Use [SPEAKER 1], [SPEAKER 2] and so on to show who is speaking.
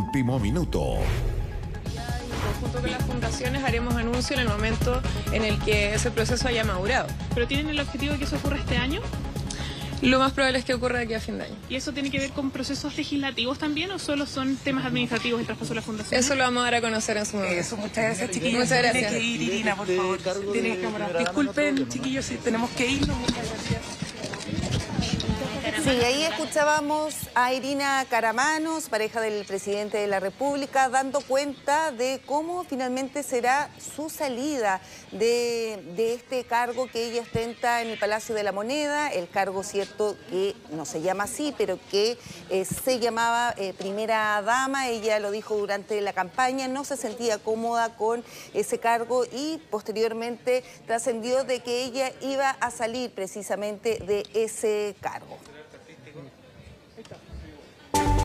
[SPEAKER 1] último minuto.
[SPEAKER 2] Junto con las fundaciones haremos anuncio en el momento en el que ese proceso haya madurado.
[SPEAKER 3] ¿Pero tienen el objetivo de que eso ocurra este año?
[SPEAKER 2] Lo más probable es que ocurra de aquí a fin de año.
[SPEAKER 3] ¿Y eso tiene que ver con procesos legislativos también o solo son temas administrativos el traspaso de la fundación?
[SPEAKER 2] Eso lo vamos a dar a conocer en su momento.
[SPEAKER 4] Eso, muchas gracias, chiquillos.
[SPEAKER 2] Muchas gracias.
[SPEAKER 4] Tiene que ir, Irina, por favor. Tiene que Disculpen, chiquillos, si tenemos que irnos. Muchas gracias.
[SPEAKER 5] Sí, ahí escuchábamos a Irina Caramanos, pareja del presidente de la República, dando cuenta de cómo finalmente será su salida de, de este cargo que ella ostenta en el Palacio de la Moneda, el cargo cierto que no se llama así, pero que eh, se llamaba eh, primera dama, ella lo dijo durante la campaña, no se sentía cómoda con ese cargo y posteriormente trascendió de que ella iba a salir precisamente de ese cargo.